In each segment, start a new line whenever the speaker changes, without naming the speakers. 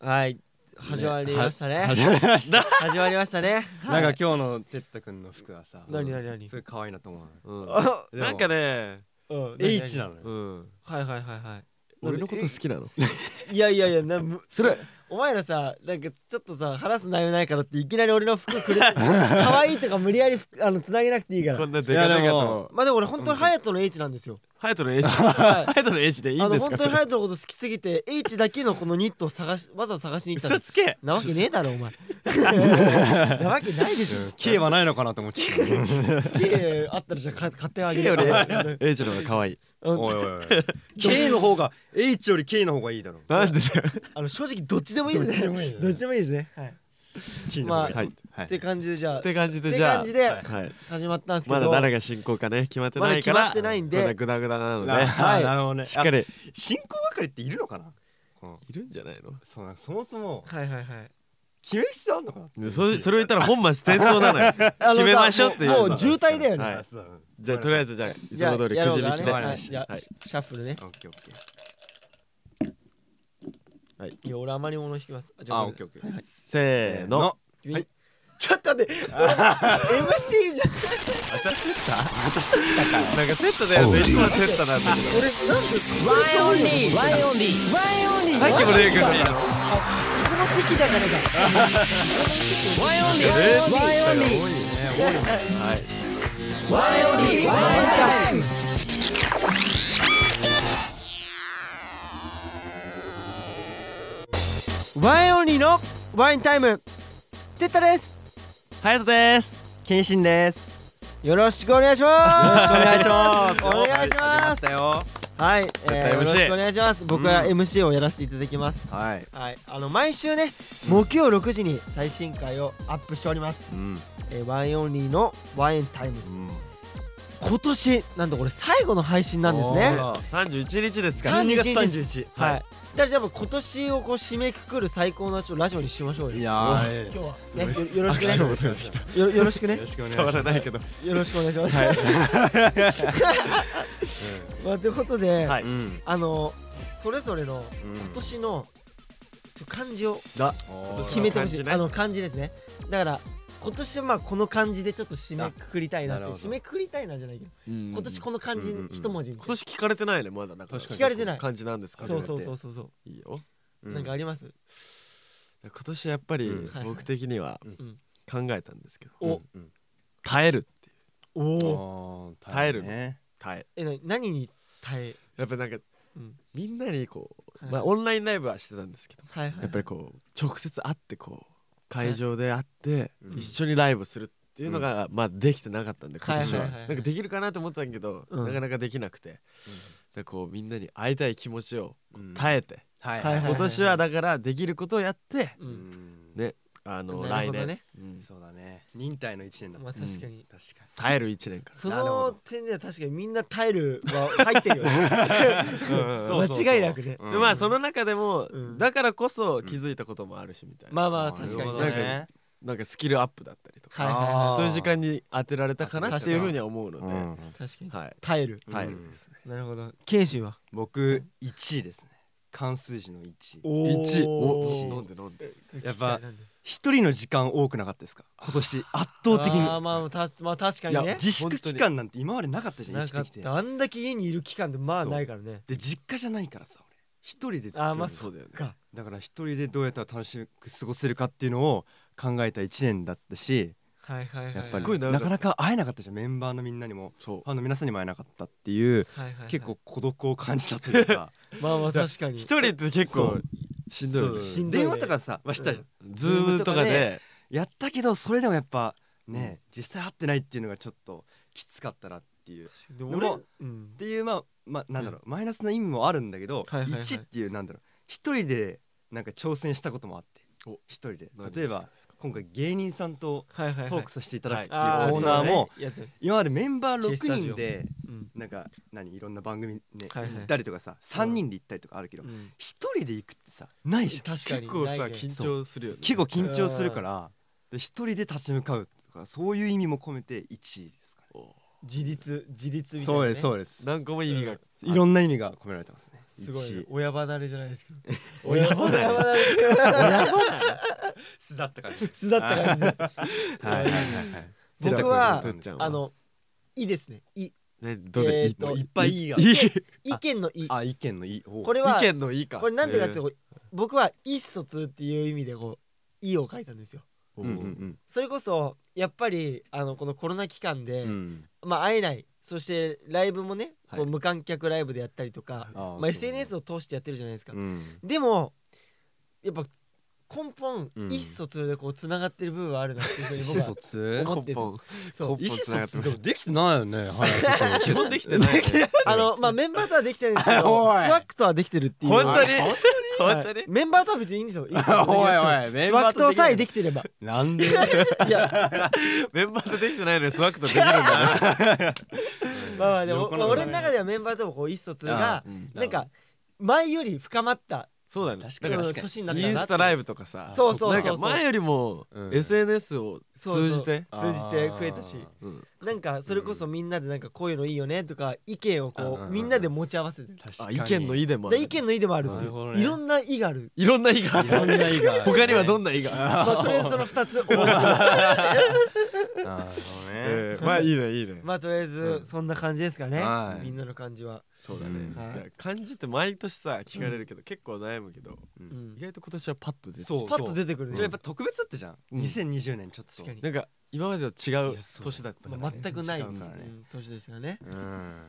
はい始まりましたね
始まりまし た
始まりましたね
な
は
ん
い
か今日のてったくんの服はさ
何何何
すごい可愛いなと思うの
うん
あ
でも
なんかね、
うん
H な
の
のよ
うん、
はいはいはいは
俺のこと好きなの
いいやいやいやなむ
それ
お前らさなんかちょっとさ話す内容ないからっていきなり俺の服くれて 可愛いとか無理やり服あの繋げなくていいか
こ
ら
んなでかでか
いやでも
と
まあでも俺本当にハヤトの H なんですよ
ハヤトのエッジ
はい
ハヤトのエッジでいい
あ
ん
の
です
本
か
当に
そ
ハ
れ
ヤトのこと好きすぎて H だけのこのニットを探しわざわざ探しに来たん
嘘
です
つけ
なわけねえだろお前なわけないでしょ
K はないのかなと思ってた
K あったらじゃあか買ってあげるよ
エッジの方が可愛い
うん
おいおいおい K の方が H より K の方がいいだろ
なんでだよ
あの正直どっちでもいいですね。どっちでもいいですね。はい。
T の方がいい
まあはい
はい
って感じでじゃあ
って感じで
って
じゃあ
感じで
はい
始まったんですけ
ま
ど。
だ誰が進行かね決まってないから
まだ決まってないんで
まだグダグダなので
な
はい
なるほどね
しっかり
あ進行係っているのかなこの
いるんじゃないの
そうなんかそもそも
はいはいはい。
決める必要あんのかな
ねそれそれを言ったら本末転倒なのよ
あのさ
決めましょうって言う
もう渋滞だよね。
はい
あそうだうん
じゃあとりあえずじゃあいつ
じゃ
も
あ
通り
や
く
ろう
じ
か
引き
ね。
で
わかり
は
ま
い。
し
じゃあ
はい
シャッフルね。
オッケーオッケー
いや俺あまり物引きます。じゃ
あ
あ
オッケーオッケー
せーの
君
はい
ちょっと待って。MC じゃん。
なんかセットだよねいつもセットなんだけど
俺なんで。ワイオンリー。ワイオンリー。ワイオンリー。
さっきもレイ君に
この席だからだ。ワイオンリ
ー
ワイオンリー。
はい
ワイオリワイワイオリのワインタイムテッタです
ハヤトです
謙信です
よろしくお願いします
お願いします
お願いします
すよ
はい、えー、よろ
MC
しくお願いします僕は MC をやらせていただきます、
はい
はい、あの毎週ね木曜6時に最新回をアップしております、
うん
えー、ワインオンリーのワインタイム
うん
今年なんとこれ最後の配信なんですね
あ
31日ですから
31
12月
日
31日
はい。だからじゃあもう今年をこう締めくくる最高のラジオにしましょうよ。
いやー
今日はねよよろしく
拍手を
ね。
求めてきた
よよろしくね
よろ。しくお願いし
伝
ま
わ
す
らないけど
よろしくお願いします。 まあということで、
はい
うん
あのそれぞれの
うん
今年のちょ漢字を
だ
決めてほしい。
今年の漢字ね
あの漢字ですね。だから今年はまあこの漢字でちょっと締めくくりたいなって
あなるほど
締めくくりたいなじゃないけど、
今
今年この漢字
うんうんうん
一文字に。
今年聞かれてないねまだだから
確か
に聞かれてない
感じなんですか
そう
初
そ
め
う
て
そうそうそう。
いいよ
なんかあります？
今年やっぱり
うん
はい
僕的には
ん
考えたんですけど
お
耐えるっていう
おお。
お
耐える
ね
耐え
えな何に耐え？
やっぱなんか
うん
みんなにこう
はい
まあオンラインライブはしてたんですけど
はいはい。
やっぱりこう直接会ってこう会場で会って
うん
一緒にライブするっていうのがまあできてなかったんで今年
は
はい
はいはい
なんかできるかなと思ったんだけど
うん
なかなかできなくてなんかこうみんなに会いたい気持ちを耐えて
はい
はいはい
今年はだからできることをやって
う。
うんん
ねあの
なるほ
来
ど
年、
ね
うん
そうだね忍耐の一年だ
まあ確かに。
確か
耐える一年か
そ
なるほ
の
ど
点では確かにみんなタイルは入ってるよね。
ら、
そうそう間違いなくね
うん
でまあその中でも、
うん
だからこそ気づいたこともあるしみたいな、
まあまあ
なる
確
ほ
かに
ど
確かに。
ね
なんかスキルアップだったりとか、
はいはい
あー
は
そういう時間に当てられたかなっていうふうには思うので、
い。確かに。
はい
タイル。
うん
耐えるですね、
なるほど。謙信は。
僕一位ですね関数字の一位
お
1
お
飲んで飲んで
やっぱ一人の時間多くなかったですか今年圧
圧
倒的に
まあまあたまあ確か
い
に
や
ね。
自粛期間なんて今までなかったじゃん
な
生
かっ
きてきて
た。あんだけ家にいる期間でまあ
そう
ないからね。
で実家じゃないからさ俺一人でずっと
あーまあ
そうだよね
か。
だから一人でどうやったら楽しく過ごせるかっていうのを考えた一年だったし
はいはいはい。
やっぱ
すご
り
い長
な
かった
かなか会えなかったじゃんメンバーのみんなにも
そう
ファンの皆さんにも会えなかったっていう
はいはい。
結構。孤独を感じたというか
まあまあ確かに。
一人って 結
そ
構
う
しんどいよね
そう
しんどいね
電話とかさ、まあ、したじゃん
ズームとかで
やったけどそれでもやっぱね実際会ってないっていうのがちょっときつかったなっていうっ
で
で
俺
も。
うん。
ていうまあ、まあ、なんだろう、マイナスな意味もあるんだけど、
はいはいはい
1っていうなんだろう一人でなんか挑戦したこともあって
お
一人で
何
例えば今回芸人さんと
はいはいはい。
トークさせていただくってい
あ
う
ー
オーナーも、。
そうだねやってる
今までメンバー6人で
うん。
なんか何いろんな番組ね、
はいはい
行ったりとかさ3人で行ったりとかあるけど
うん
一人で行くってさないじゃん
確かに
結構さ
ないね
緊張するよね
結構緊張するからで一人で立ち向かうとかそういう意味も込めて1位ですか
お
自立自立み
ね
たいなね、
うです
何個も意味が
いろんな意味が込められてますね
すごい
一
親離れじゃないですけど
親離 れ
親離れ
素だった感じ
素だった感じで
はいはいはいはい
僕は
てっちゃん
あのいいですねい
ねどれ、
え
い
ーと
い
いっぱいいいが
いい
意見のい
あ意見のいいこ
こ
れ
れ
意
は
見のいいか
これなんでかってこう僕は「一疎通」っていう意味でこう「い」を書いたんですよ
う
うん
ん
う
うん
ん
それこそやっぱりあのこのコロナ期間で、
うんうん
まあ、会えないそしてライブもね、
はい
こう無観客ライブでやったりとか、
あ
まあ、SNS を通してやってるじゃないですか、
うん
でもやっぱ根本、
うん
一疎通でこうつながってる部分はあるなっていうふうに
意
僕は
思疎通
思って
根本
そう
意思
つなが
疎
っ
通です
てま
もできてないよねはい
基本できてない ね
あのまあメンバーとはできてないんですけどス
おい
ワックとはできてるっていう
本当に
はい
本当に
メンバーとは別にいいんですよ一
ちょ
疎
っ
通
と おい
で
おいメン
ス
バ
ワッ
ー
ク
と
と
できな
さ
い
えできてれば
なんで
いや
メンバーとできてないのにスワックとできるんだね
まあまあでも
横
ま
の
あ
方ね
俺の中ではメンバーともこう一疎通が
うん
なんか前より深まった
そうだ
う
ね
か
ん
に確
年になった
イ
な
ンスタライブとかさ
そうそうそうそう
なんか前よりも
うん
SNS を通じて
そう そう通じて食えたし
あ
うん
なんかそれこそみんなでなんかこういうのいいよねとか意見を
うん
こ
うんうんう
うんみんなで持ち合わせてる
ー確
あ
かに
意見の意でもある
で意見の意でもあるってい
なるほど
う
ね
いろんな意がある
いろんな意があ
い
る
ろんな意があるね
他にはどんな意が
まあとりあえずその2つ覚えてる
なるほどね
えーまあいいねいいね
まあとりあえず
うん
そんな感じですかね
はい
みんなの感じは
そうだね
はい
いや漢字って毎年さ聞かれるけど結構悩むけど
う
うんん
意外と今年はパッと出て
そう
パッと出てくる
で
ね
もやっぱ特別だったじゃん、
うん
2020年ちょっと
確かに
なんか今までと違う
いやそう
年だったから
まあ
ね
全くない
違
う
うからね
ん年でしたね
う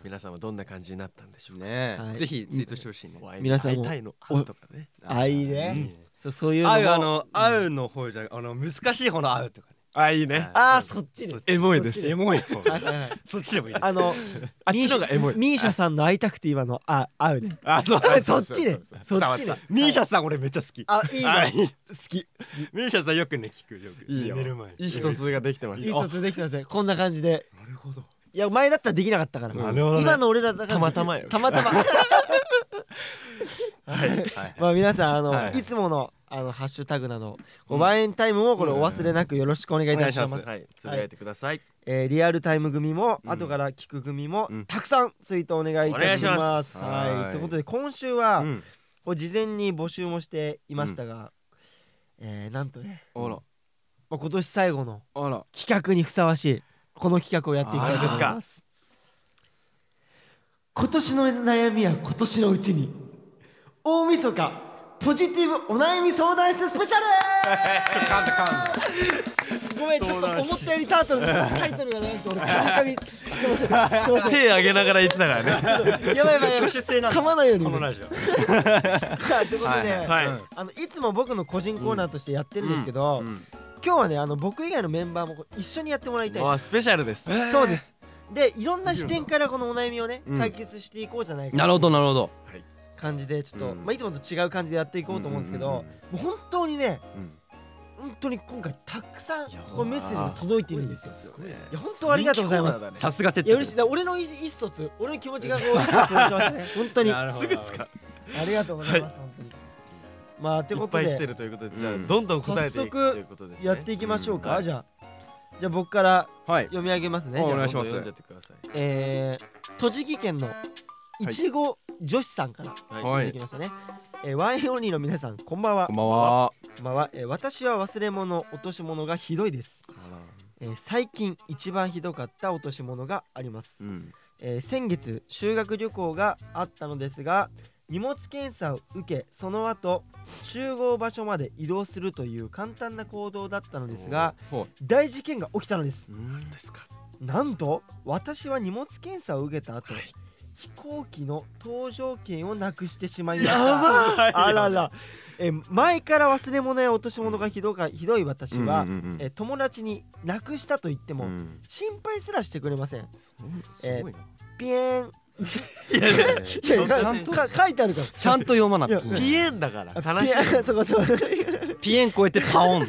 皆さんはどんな感じになったんでしょうんか
ねえ、
はい
ぜひツイートしてほしいね、
お会い
皆さん
会
も
いたいのあとかね
あいいねそうそういう
うん
のも
合うあの合うの方じゃあの難しい方の合うとかね
あいいね
あーそっちで
そっ
エモいです
エモい方
はいはいはい
そっちでもいいです
あの
あっちのがエモい
ミーシャさんの会いたくて今のあ会うね
あそう
あそっちね
そう
そ
そうそう
っちね
ミーシ
はい
ャさん俺めっちゃ好き
あいい
あ
ね
いい好きミーシャさんよくね聞くよく
いいよ
寝る前に
意思疎通ができてま
い
す
い卒できてますねこんな感じで
なるほど
いや前だったらできなかったから
なるほどね
今の俺らだから
たまたまよ
たまた ま
はい
まあ皆さんあ
は
の
い
いつものあのハッシュタグなどこう
うん
ワンエンタイムもこれお忘れなくよろしくお願いいたし
お願いし
ま
ますす
はいつぶやいてください
えーリアルタイム組も
うん
後から聞く組も
うん
たくさんツイートお願いいたし
お願
ま
いしますす
は
はいい
ということで今週は
うん
こう事前に募集もしていましたが、えーなんとね、
あら
まあ、今年最後の
あら
企画にふさわしいこの企画をやっていきたいと思います今年の悩みは今年のうちに大晦日ポジティブお悩み相談室スペシ ャ
カンカン
ルごめんちょっと思ったよりタートルのタイトルがないと俺噛み噛みすいませんすい ません
手上げながら言ってたからね
やばいやばいやばい
挙手制なんだ
噛まないように
この
ね
ラジオ
はいということで、
はい
うん
あのいつも僕の個人コーナーとしてやってるんですけど、今日はねあの僕以外のメンバーもこう一緒にやってもらいたい
まあスペシャルです
そうです。でいろんな視点からこのお悩みをね
うん
解決していこうじゃないか
なるほどなるほど
感じでちょっと、
うん
まあ、いつもと違う感じでやっていこうと思うんですけど、
うんうん
もう本当にね
うん
本当に今回たくさん
いや
こうメッセージが届いてるんですよ。
すごいね
いや本当ありがとうございます。
人気コーナーだね
さすがてっ
いや嬉しいだ俺の一一卒俺の気持ちがこう一卒しました ね本当に
なる
あ
ほど
すぐ使う
りがとうございます、本当にまあって
い
こ
っ
と
ぱい来て
で
るということでじゃあ
うん
どんどん答えてい
早速
くということですね
やっていきましょうか、
うん
じゃあじゃあ僕から
はい
読み上げますね
あ
じゃあ
お願いします
どんどん読んじゃってください
えー、栃木県のいちご女子さんから
はい
いただきましたね、えーワインオンリーの皆さんこんばんは
こんばんは
こんばんは、えー私は忘れ物落とし物がひどいです、えー最近一番ひどかった落とし物があります、
ん
えー先月修学旅行があったのですが荷物検査を受けその後集合場所まで移動するという簡単な行動だったのですが
ほ
大事件が起きたのです
ううん
ですか
なんと私は荷物検査を受けた後、飛行機の搭乗券をなくしてしまいましたあららえ前から忘れ物や落とし物がひどかひどい私は、
うんうんうん
え友達になくしたと言っても、
うん
心配すらしてくれません
すごいな
ピエンい
や
や
いや
ちゃんとか書いてあるから
ちゃんと読まない
や
く
ピエンだから
あ
悲し
ピエン
い
そこそこ
ピエン超えてパ オン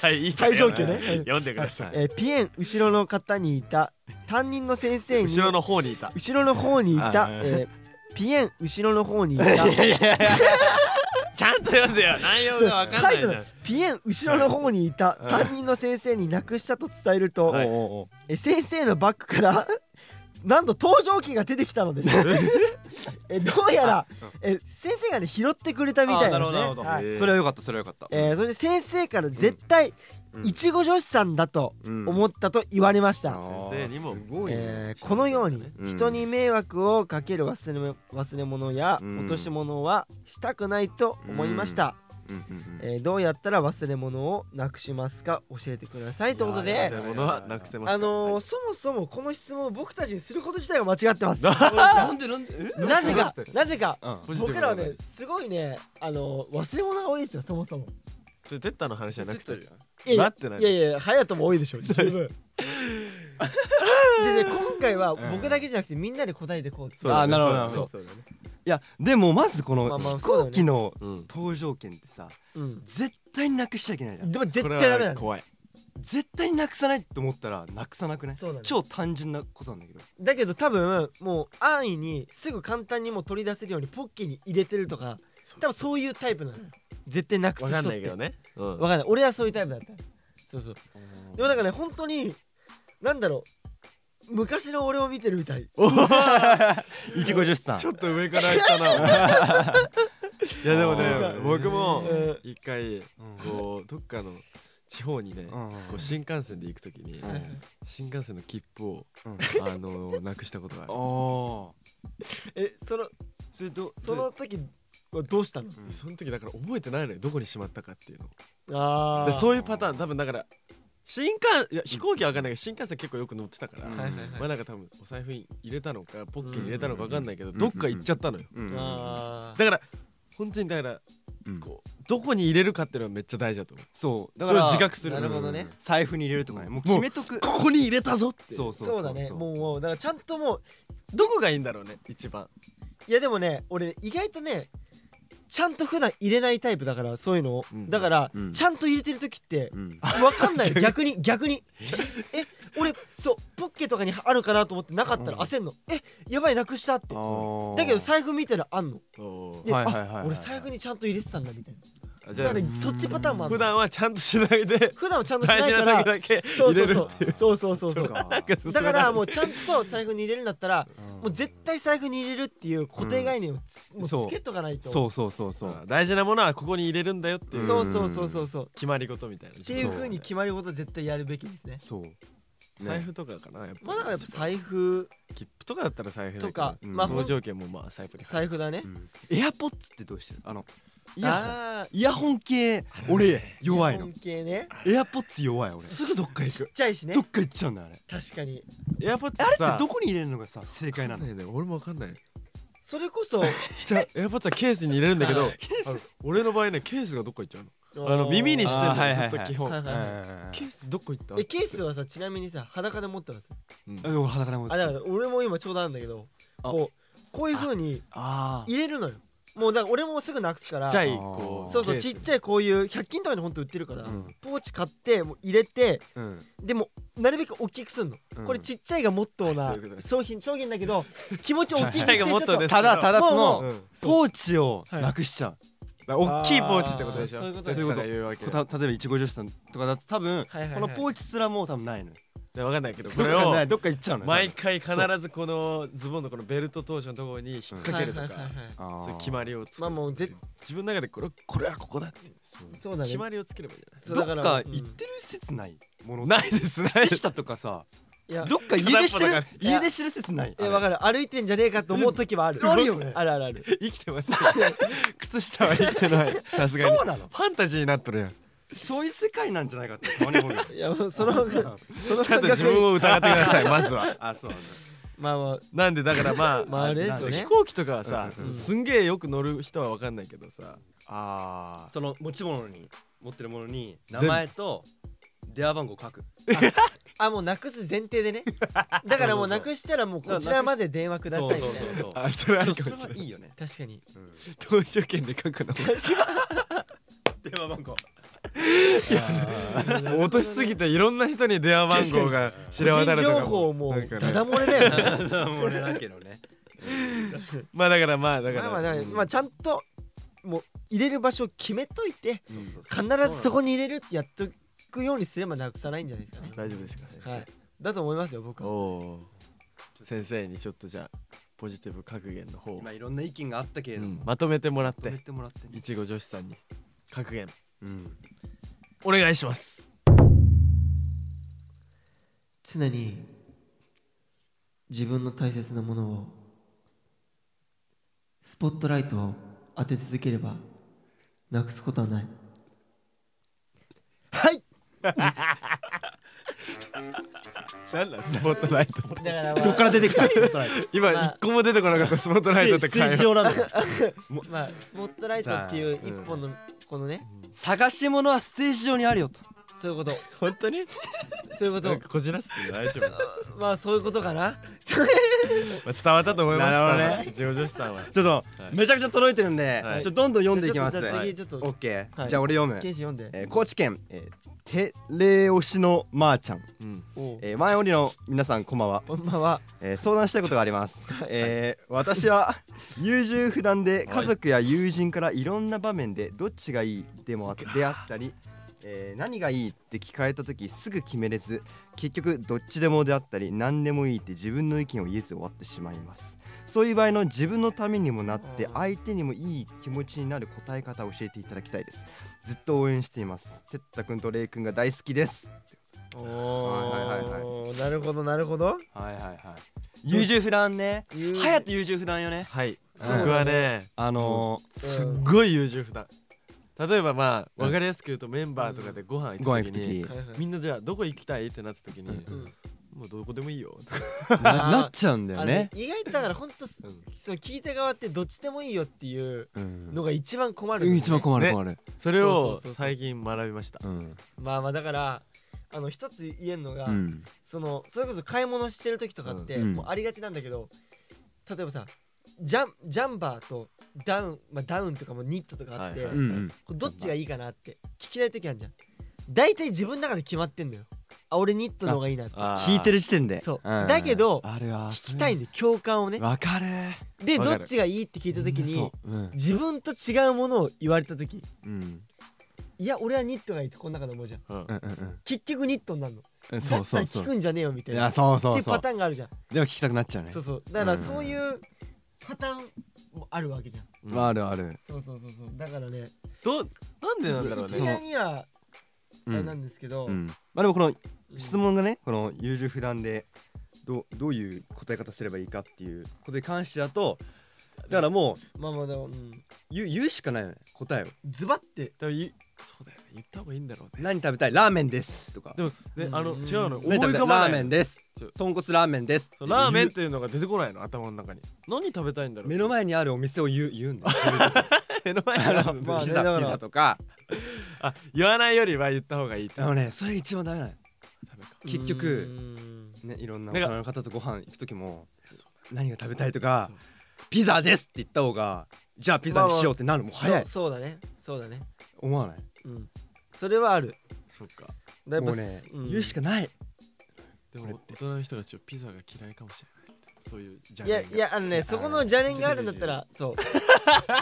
はいいいから
最上級ね
読んでください
えピエン後ろの方にいた担任の先生に
後ろの方にいた
後ろの方にいた
あ、ー
えーピエン後ろの方にい た
ちゃんと読んでよ内容がわかんな
最
いじ
後
ゃ
の
ん
ピエン後ろの方にいた
はい
担任の先生になくしたと伝えると、
はい
おうおう
え先生のバッグから なんと搭乗機が出てきたのです えどうやらえ先生がね拾ってくれたみたい
あーな
で
る
す
ほ
ね
どなるほど
はい
それは良かったそれは良かった
えーそして先生から絶対
うん
いちご女子さんだと
うん
思ったと言われました、
あー
先生にも
すごいね
えーこのように
うん
人に迷惑をかける忘れも忘れ物や
うん
落とし物はしたくないと思いました、
うんうんうん
えーどうやったら忘れ物をなくしますか教えてくださいということ
忘
で
れ物はなくせますか
あのーそもそもこの質問を僕たちにすること自体が間違ってます
なんでなんでえ
なぜかなぜか
うん
ポジティブ
僕らは
な
ねすごいねあのー忘れ物が多いですよそもそも
それテッタの話じゃなくて
いやいや
なってない
いやいや隼人も多い でしょ十分 じゃあじゃあ今回は僕だけじゃなくてみんなで答えてこうって
そうだね
あーなるほどなるほ
ど
そうだね
いやでもまずこ
まあ
の
まあ
飛行機の
うん
搭乗券ってさ
うん
絶対になくしちゃいけないじゃん
でも絶
これ
対
は
ダメだ
怖い
絶対になくさないって思ったらなくさなくない
そうなの
超単純なことなんだけど
だけど多分もう安易にすぐ簡単にもう取り出せるようにポッケに入れてるとか多分そういうタイプなの絶対なくす
わ
人
か
って
んないけどねうん
わかんない俺はそういうタイプだったそうそうでもなんかね本当になんだろう昔の俺を見てるみたい
いちご女子さん
ちょっと上から行ったないやでも
あ
ね
ー
僕も
うん
一回こうどっかの地方にね
うん
こう新幹線で行くときに
うん
新幹線の切符を
うん
あのーなくしたことがある
あ
えその
それど
その時はどうしたの
ー
その時だから覚えてないのよどこにしまったかっていうの
あ
で
あ
そういうパターン多分だから新幹いや飛行機は分かんないけど新幹線結構よく乗ってたから、
うん
はいはい
ま
は
あ
い
なんか多分お財布に入れたのかポッケに入れたのか分かんないけど、
ん
どっか行っちゃったのよ、
うんうん
あー
だから本当にだから
うん
こうどこに入れるかっていうのはめっちゃ大事だと思う
そうだか
それを
ら
自覚する
なるほどね
うん財布に入れるとかねもう決めとく
ここに入れたぞって
そう
そうだねもうもうだからちゃんともう
どこがいいんだろうね一番
いやでもね俺ね意外とねちゃんと普段入れないタイプだからそういうのを、
うん
だから、
うん
ちゃんと入れてる時って
うん
分かんないの逆に逆にえ俺そうポッケとかにあるかなと思ってなかったら
うん
焦んの、えやばいなくしたってだけど財布見たらあんの
おー
で、
はいはいはいはい
あ俺財布にちゃんと入れてたんだみたいな
あじ
だ
ゃ
から
あ
そっちパターンもある
普段はちゃんとしないで
普段はち ゃんとしな
大
いか
事な
ら
時だけ
そう
入
そう
れる
そうそうそうそうそう
か
だからも
う
うちゃんと財布に入れるんだったらもう絶対財布に入れるっていう固定概念をつ,、
ん
もう
そう
つけとかないと
そうそうそうそう
大事なものはここに入れるんだよっていう
そうそうそうそうそう
決まり事みたいなっ
っていう風に決まること絶対やるべきですね。
そう
財布とかかなやっぱ
まあだからやっぱ財布
切符とかだったら財布だ
と
けど
か、
うん
まあほ
搭
ん
乗券もまあ財布に
財布だね。
エアポッツってどうしてるあのイヤ
ああ
イヤホン系俺弱いの
本系ね。
エアポッツ弱い俺
すぐどっか行
ちっ
く
ちゃいしね
ど。っか行っちゃうんだよあれ
確かに。
エアポッツ
あれっ
さ
てどこに入れるのがさ正解な
わか
の
んないね俺もわかんない
それこそ
じゃ あエアポッツはケースに入れるんだけ
は
ど
い
あの俺の場合ねケースがどっか行っちゃうのあ
ー
の耳にしてん
あーはい
の
はいは
ずっ
い
と基
はい
本
はいはい
ケースどこ行った
えケースはさちなみにさ裸で持ってます。
うん
あでも裸でも
あだから俺も今ちょうどあるんだけど、
あ
こうこういう風に
あ
入れるのよ。もうだから俺もすぐなくすから。
ちっちゃい
あー
こう
そうそう
ケース
ちっちゃいこういう100均とかに本当売ってるから、
うん
ポーチ買ってもう入れて
ーうん
でもなるべく大きくすんの、
うん
これちっちゃいがモットー
そ
な
ういうことです
商品商品だけど気持ち大きくして
ちっちゃい
ち
が
ょ
モ
っ
ットー
と
です
ただただそ
もう
の
うん
ポーチをなくしちゃうだから
あー
お
大きいポーチってことでしょ
そういうこと
だよ
だから言うわけ
こた例えばいちご女子さんとかだと多分
はいはいはい
このポーチすらもう多分ないのよ
でわかんないけどこ
どっ
れ
か
を
ないどっか行っちゃうのよ
毎回必ずこのズボンのこのベルト当初のところに引っ掛けると
は
か
いはいはいはい
多分
そういう決まりをつ
まあもうぜ
自分の中でこれこれはここだっていう
そうだね
決まりをつければいいじゃないです
そ
ど
う
っ
だ
か
ら
行ってる説ないも
か
の
ないですね
靴下とかさ
うんいや
どっか家出して
片っ
る
だから
家出してる説ない
えわか
る
る歩いてんじゃねえかと思う時はある、
うんあるよね
あるあるある
生きてます
靴下は生きてないさすがに
そうなの
ファンタジーになっとるやん
そういう世界なんじゃないかってたまに思うよ
いやもうそのその
ちゃん
感
と
覚
自分
に
を疑ってくださいまず は
あそうなんだ
まあまあ
なんでだからまあ
まああれですよね
飛行機とかはさ
うん
うん
すんげえよく乗る人は分かんないけどさ
あその持ち物に持ってるものに名前と電話番号書く
あもうなくす前提でねだからもうなくしたらもうこちらまで電話くださいみたいな
そう
あそれありか
それ
もしれ
は
ない
いいよね
確かに
搭乗券で書くの
電話番 号
落としすぎていろんな人に電話番号が知れ
個人
渡るとか
情報も
なん
う
かね
ダダ漏れだよね
もう俺だけどね
まあだからまあだか
まあまあだかららまあちゃんともう入れる場所を決めといて
うん
必ずそこに入れるってやっとくようにすればなくさないんじゃないですかね
大丈夫ですか
はいだと思いますよ僕は
お先生にちょっとじゃあポジティブ格言の方を
今いろんな意見があったけれ
う
ども
ん、まとめてもらっ
止め
て
てもらってね
いちご女子さんに格言
うん
お願いします
常に自分の大切なものをスポットライトを当て続ければなくすことはない
はい
なんだスポットライト
だ から、
どっから出てきたスポットライト
今
まあ
一個も出てこなかったスポットライトって会
ス
話
テージ上なのよ
まあ、スポットライトっていう一本のこのね
探し物はステージ上にあるよと
そういうこと
本当に
そういうこ
なん
と
かこじらせて大 丈夫、ま
まあそういうことかな
あ、伝わったと思います
なるほどね
伝わったいちご女子さんは
ちょっと、
い
めちゃくちゃ届いてるんで、
はい
ちょっとどんどん読んでいきます
じゃあ
はい
次ちょっと、
オッケー、
はい
じゃあ俺読む
ケ、ンシ読んで
えー高知県、えー、テレ推しのまーちゃん、
うん
おう
えー、前折りの皆さんこんばんは、
こんばんは
えー、相談したいことがあり ます、えー、私は優柔不断で家族や友人からいろんな場面でどっちがいいでもあであったり、えー、何がいいって聞かれた時すぐ決めれず結局どっちでもであったり何でもいいって自分の意見を言えず終わってしまいますそういう場合の自分のためにもなって相手にもいい気持ちになる答え方を教えていただきたいですずっと応援していますてったくんとれいくんが大好きです
お
はいはいはい
おなるほどなるほど
はいはいはい優柔不断ね
勇
と優柔不断よね
はい
そう
だね
僕はね
あの
すっごい優柔不断例えばまあ分かりやすく言うとメンバーとかでご飯
ー、ご
行
飯行
った
く
時に
時
はいはい
みんなじゃあどこ行きたいってなった時に
うん
もうどこでもいいよ
ななっちゃうんだよね
あの意外とだから本当そ
うん
の聞いた側ってどっちでもいいよっていう
うん
のが一番困る、
うん一番困る
ね
困る、
それ
そう
を
そうそうそう
最近学びました
うん
まあまあだからあの一つ言えるのが、
うん
そのそれこそ買い物してる時とかって、
うんうん
もうありがちなんだけど例えばさジャンジャンバーとダウン、まあ、ダウンとかもニットとかあって、
はいは
う
い
ん
これどっちがいいかなって聞きたい時あるじゃん大体自分の中で決まってんだよあ俺ニットの方がいいなって
聞いて
る
る時点で
そうんだけど
あれは
聞きたいんで共感をね
わかる
で
わ
ど
か
っ
る
ちがいいって聞いた時に
そううん
自分と違うものを言われた時
うん
いや俺はニットがいいってこの中で思うじゃん
うん
うんうん
結局ニットになるの
うんそうそう
だった
そ
ら聞く
うん
じゃねえよみた
い
いな
や
っ
そう
て
そ
いうう
そ
パ
う
ターンがあるじゃん
でも聞きたくなっちゃうね
そうそうだか
う
ら
ん
そういうパターンもあるわけじゃん
うん
あるある
そうそうそうそうだからね
どうなんでなんだろう
一
ね
概にはあ
う
れ
ん
なんですけど、
うんまあでもこの
うん
質問がねこの優柔不断でどうどういう答え方すればいいかっていうことに関してだとだからもう
まあまあでも、うん、
言う言うしかないよね答えを
ズバって
多分いそうだよね言った方がいいんだろうね
何食べたいラーメンですとか
でもねあの
うん
違うの思い
何食べた
浮
い
かば
ラー
な
メ
い
ン
の
です
そう
豚骨ラーメンです
そうラーメンっ
言
ていうのが出てこないの頭の中に何食べたいんだろ
う
う
目の前にあるお店を言う言うんだよ
目の前に
あ
あ
の
る
ピ
まあねだか
ザ
ら
ピザとか
あ言わないよりは言った方がいいって
あのねそれが一番ダメなの
ダメか
結
う
局
ん
ねいろんな
な
大
んか
人の方とご飯行く時も
そう
何が食べたいとか
そう
ピザですって言った方がじゃあピザにしようってなるもう早い
そうそうだねそうだね
思わない
うんそれはある
そっか
だ
もうね
ん
言うしかない
で
これ
も
って
大人の人たちはピザが嫌いかもしれないそういうじゃ
いやいやあのねそこの邪念があるんだったら そうそ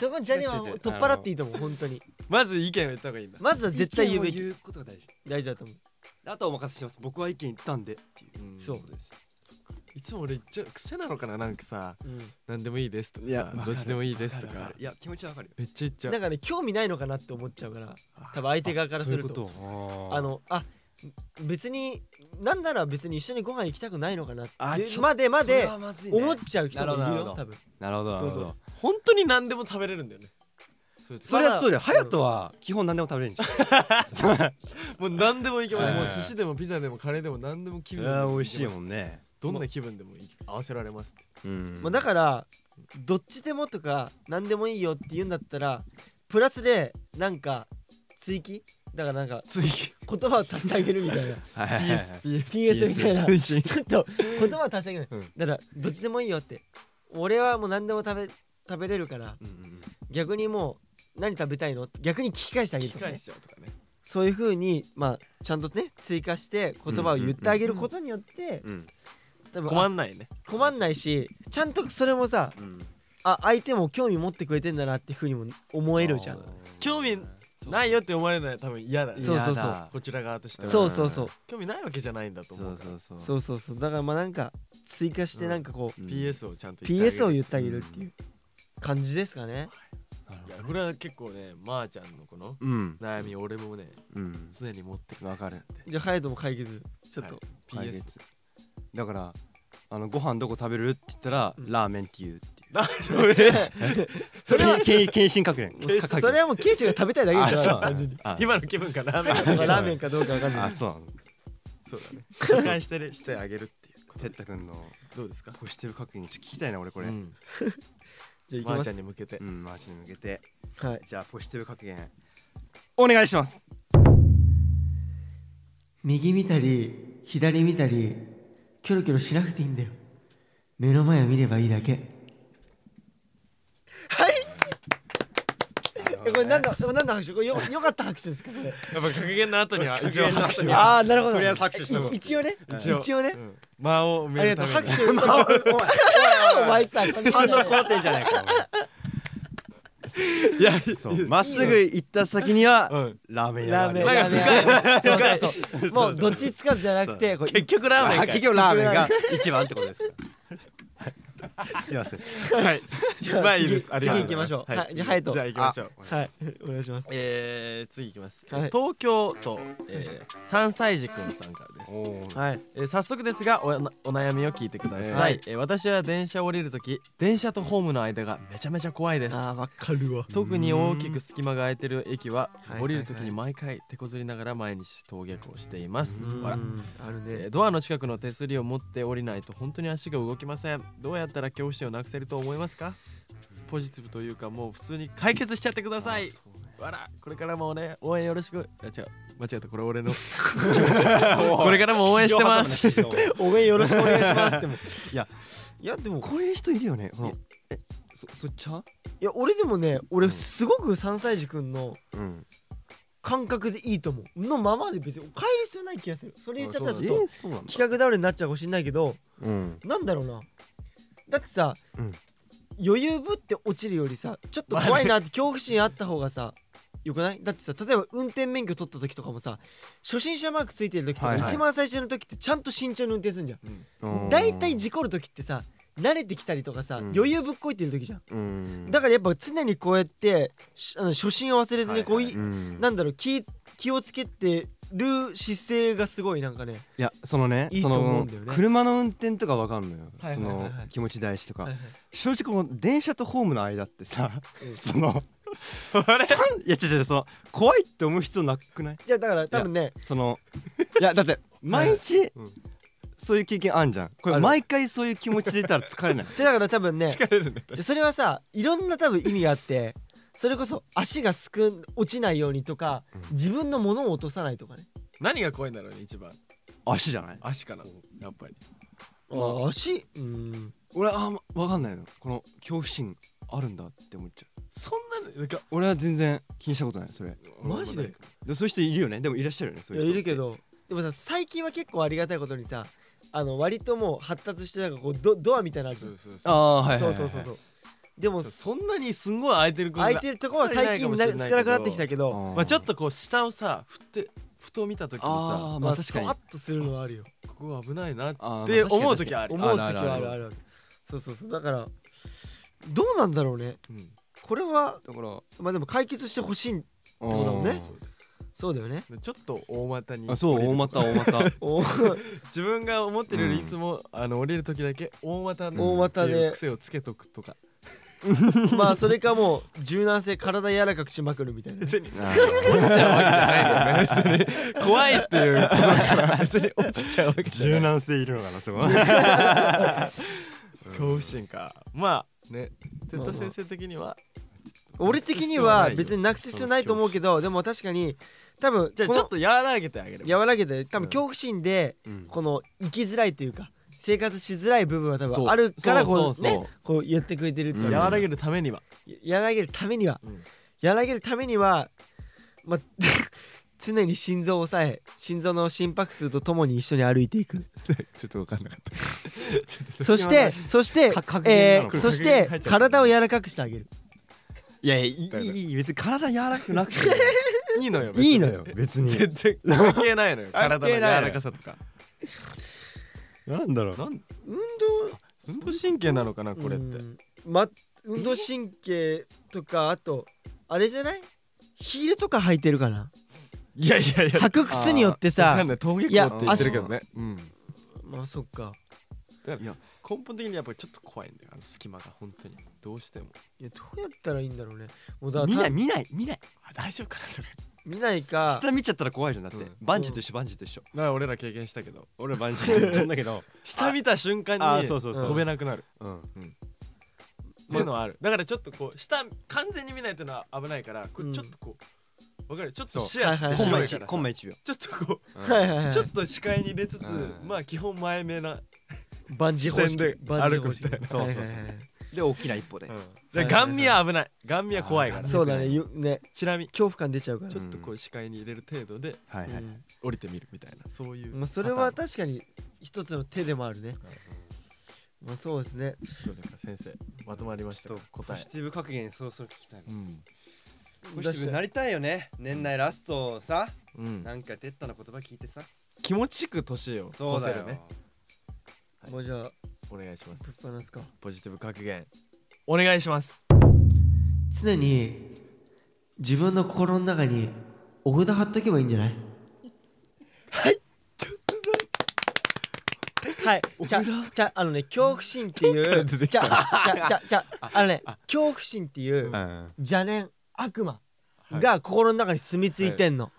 この邪念はもう取っ払っていいと思う本当に
まず意見を言った方がいいんだ
まずは絶対言うべ
意見を
き
言うことが大事
大事だと思う
あとはお任せします僕は意見言ったんでっていう
うん
そう
ことです
いつも俺言っちゃう癖なのかななんかさ
うん
何でもいいですとか
いや
さどっちでもいいですと
わるわ
か
るいや気持ちはわかるよ
めっちゃ言っちゃ
なん
う
かね興味ないのかなって思っちゃうから多分相手側からすると
と
あのあ別になんなら別に一緒にご飯行きたくないのかなって
あ
で
ちょ
までま
それ
で
はまずいね
思っちゃう人もい
な
る
るほ
よ
ど
多分
なるほどなるほ
そうそ
ど
本当に何でも食べれるんだよねそういう時
それはそうだよ
まだ
隼人は基本何でも食べれるんじ
もう何でもいけま
は
す
い
もう寿司でもピザでもカレーでも何でも気分で
ゃん美
もい
味し
け
い
ます
もんね
どんな気分でもいい合わせられますっ
う
て
ん
まあ、だからどっちでもとか何でもいいよって言うんだったらプラスでなんか追記だからなんか
つい
言葉を足してあげるみたいな
ら
PS みたいなち
追
ょっと言葉を足してあげる、
うん
だからどっちでもいいよって俺はもう何でも食べ食べれるから逆にもう何食べたいの逆に聞き返してあげる
聞き
とかね
返しちゃうとかね
そういうふうにまあちゃんとね追加して言葉を言ってあげることによって
うん
多分
困
あ
んないね
困んないしちゃんとそれもさ
うん
あ相手も興味持ってくれてんだなっていうふうにも思えるじゃん
あー
興味ないよって思われるのは多分嫌だね
そうそうそう
嫌だ
こちら側としては
そうそうそう
興味ないわけじゃないんだと思うから
そうそうそう
そうそうそうだからまあなんか追加してなんかこう、
うん
PS をちゃんと言ってあげる
PS を言ってあげるっていう感じですかね、
いやこれは結構ねまーちゃんのこの
うん
悩み俺もね
うん
常に持 ってく
わかる
じゃあ隼人も解決ちょっと、
解
PS
決だからあのご飯どこ食べるって言ったら、
うん
ラーメンって言うっていう
なんで
それは献身確 認
もうそれはもうケイシが食べたいだけ
あ
でし
そ
ょ
う
単純に
あ
今の気分かな
ラーメンかどうかわかんな
あ
い
そうなの
そうだね理解してるしてあげるっていうこと
哲
です
太くんの
どうですか
ポジティブ確認ちょっと聞きたいな俺こ
こ
れ
れ
うん
じゃあ行き
まー
ま
ち
す
ゃんに向けて
マーチに向けて
はい
じゃあポジティブ確認お願いします
右見たり左見たりキョロキョロしなくていいんだよ目の前を見ればいいだけはいえこれ何だ何だ拍手これよよかった拍手ですかこれ
やっぱ格言の後には一
格
応
言の
拍
後
手
に
が
ああなるほど
とりあえず拍手したもん
い一応ね
一応
一応ね
うん間を埋
あ
め
り
る
が
た
とう
めに
拍手 お前お前さ
反応こうてんじゃないか
いや
そうまっすぐ行った先には
うん
ラーメン屋が
ラー
ある
メン
よ
ラーメン
深い
そうそうそうもうどっちつかずじゃなくてこう
結局ラーメ
あ
ンかい
結局ラーメンが一番ってことですかすいません
はい
じゃあ
まあいいですあり
次
がと
次
う
行きましょうはいじゃあ隼
じゃあ
人
行きましょう
はいお願いします
えー、次いきます、
はい
東京都、えー、3歳児くんさんからです
おー
はい、えー早速ですがおなお悩みを聞いてください、
はい
えー私は電車を降りるとき電車とホームの間がめちゃめちゃ怖いです
あーわかるわ
特に大きく隙間が空いてる駅は
はい
降りるときに毎回手こずりながら毎日登下校しています、
うん
わら
ある
えー
ね
ドアの近くの手すりを持って降りないと本当に足が動きませんどうやったら恐怖心をなくせると思いますかポジティブというかもう普通に解決しちゃってくださいわらこれからもね応援よろしくあ違う間違えたこれ 俺のこれからも応援してます
応援よろしくお願いしますでも
いや
いやでも
こういう人いるよねこの
い
えそそっちはい
や俺でもね俺
うん
すごく3歳児くんの
うん
感覚でいいと思うのままで別に変える必要ない気がするそれ言っちゃったらち
え
ょっと
ーそうなんだ
企画倒れになっちゃうかもしんないけど
うん
なんだろうなだってさ
うん
余裕ぶって落ちるよりさちょっと怖いなって恐怖心あった方がさよくないだってさ例えば運転免許取った時とかもさ初心者マークついてる時とか
はいはい
一番最初の時ってちゃんと慎重に運転するんじゃん
うん
大体事故る時ってさ慣れてきたりとかさ、
うん
余裕ぶっこいてる時じゃん
うん
だからやっぱ常にこうやってしあの初心を忘れずにこう、い
うん
なんだろう気気をつけてる姿勢がすごいなんかね
いやそのね
いい
そ
と思う
の
んだよね
車の運転とかわかんのよ
はい
そ
はいはいはい
の気持ち大事とか
はいはい
正直この電車とホームの間ってさ
うん
その さんいや違う違うその怖いって思う必要なくない
じゃあだから多分ね
そのいやだって毎日
うん
そういう経験あんじゃんこ
あ
れ
る
毎回そういう気持ちでいたら疲れない
じゃあだから多分 ね
疲れるね
じゃあそれはさいろんな多分意味があってそれこそ足がすく落ちないようにとか
うん
自分のものを落とさないとかね
何が怖いんだろうね一番
足じゃない
足かなやっぱり
あー足うん
俺あんま分かんないのこの恐怖心あるんだって思っちゃう
そんななんか
俺は全然気にしたことないそれ
マジで
でそういう人いるよねでもいらっしゃるよねそ
いう
い
や
う人
いるけどでもさ最近は結構ありがたいことにさあの割ともう発達してなんかこうドドアみたいなのあるじゃ
そ
ん
うそう
あ
そう
あはいはい
そ
は
う
い
そうそうそうでも
そんなにすんごい空いてること
空い
が
てるとこは最近な
ない
少
かもしれないけど
なくなってきたけど
うん
まあちょっとこう下をさ振ってふと見た時
あ
にさ
ーまあ確かに
スワッとするのはあるよ
ここ危ないなっ
あー
て
まあ確かに
思う時はある
思う時はあ
ある
るあ
ある
るあるそうそうそうだからどうなんだろうね
うん
これは
だからって
まあでも解決してほしい
こと
だもんねそうだよね
ちょっと大股に
あそう
降りる
大股大股
おー
自分が思ってるより
うん
いつも、あの降りる時だけ大股の
大股で
っていう癖をつけとくとか
まあそれかもう柔軟性体柔らかくしまくるみた いな
別に
あ
落ちちゃうわけじゃないよね別に怖いっていうことから別に落ちちゃうわけ
ー
じゃない
柔軟性いるのかなすごい
恐怖心かまあね哲
まあ
太
まあ
先生的には
俺的には別になくす必要ないと思うけどでも確かに多分
じゃあ
こ
ち
の
ょっと和らげてあげれば
和らげて多
うん
分恐怖心で
うん
この生きづらいというか生活しづらい部分は多
そう
分あるから
そ
こ
う
う
そうそう
ねこう言ってくれてるっていう
うん
和らげるためには、
やらげるためには
うん
やらげるためにはまあ 常に心臓を抑え心臓の心拍数とともに一緒に歩いてい く
ちょっと分かんなかった
そしてそして
か格言
え
なの
ーそして体を柔らかくしてあげる
いやいやいいいい別に体柔らかくなくて
いいのよ別に
いいのよ別に
全然 関係ないのよ
関係ない
体の柔らかさとか
なんだろう
なん
運
運動神経なのかな
動
これって
うんま運動神経とかあとあれじゃないヒールとか履いてるかない
やいやいや
履く靴によって
わか
さ
んない峠越えって言ってるけどね
うん
まあそっか
根本的にやっぱちょっと怖いんだよあの隙間が本当にどうしても
いやどうやったらいいんだろうねもうだから
見
た
ない見ない見ない
あ大丈夫かなそれ
見ないか
下見ちゃったら怖いじゃんだって
うん
バンジーと一緒バンジーと一緒
まあ俺ら経験したけど
俺らバンジーやったんだけど
下見た瞬間
あ
に
ーそうそう
そう
飛べなくなる
うん
そういうのはあるだからちょっとこう下完全に見ないっていうのは危ないからこ
う
れ
ん
ちょっとこうわかるちょっと
そう
視野
はいはい
コンマ
広いから
1
さ
コンマ1秒
ちょっとこう
はいはいはい
ちょっと視界に入れつつ
うん
まあ基本前目な
バンジー方式
視線で
バンジー方式
歩く
た
み
いな
はいはいはい
で大きな一歩で
でガン見は危ないガン見は怖いから
あー
そうだねゆね
ちなみに
恐怖感出ちゃうから
ちょっとこう視界に入れる程度で
はいはい
うん
降りてみるみたいなそういう
まあ、それは確かに一つの手でもあるね。まあ、そうですね。
どうですか先生まとまりました
ちょ
か
っと
答
ポ
え
ジティブ格言そうそう聞きたいな
うん
ポジティブになりたいよね年内ラストさ
うん
なんかテッタの言葉聞いてさ
気持ちよく年を
そう
越
だ
せる
よ
ね
もうじゃあ、
お願いします
ぶっ放すか。
ポジティブ格言お願いします
常に自分の心の中にお札貼っとけばいいんじゃないはい。ちょっとはい。じゃ、じゃ、あのね、恐怖心っていう、じゃ、じゃ、じゃ、じゃ、あのね、恐怖心っていう
う、ん
邪念、悪魔が心の中に住み着いてんの。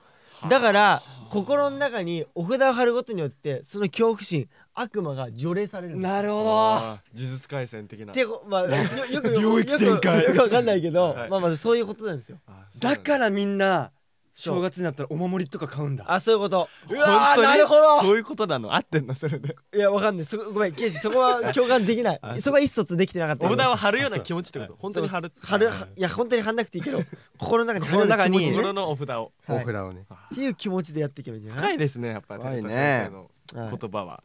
だから心の中にお札を貼ることによってその恐怖心悪魔が除霊されるの
なるほど
あー呪術廻戦的な
ってこまあよよく
領域展開
よくよくわかんないけど、
はい
まあまあそういうことなんですよ。
あーそう
だからみんな
そう
正月になったらお守りとか買うんだ
あそういうこと。う
本
わ
当
ー
に
なるほど。
そういうことなの合ってんのそれで
いやわかんない。そこごめんケイジそこは共感でき な
あ
い。そこは一卒できてなかった。
お札
は
を貼るような気持ちってこと本当に貼る
貼るいや本当に貼んなくていいけど 心の中に貼る
心の中に
気持ちね
心のお札を
はい
をね
っていう気持ちでやっていけばいいんじゃな
深
い。
いですねやっぱ
深いね
寺田先生の
はい
言葉は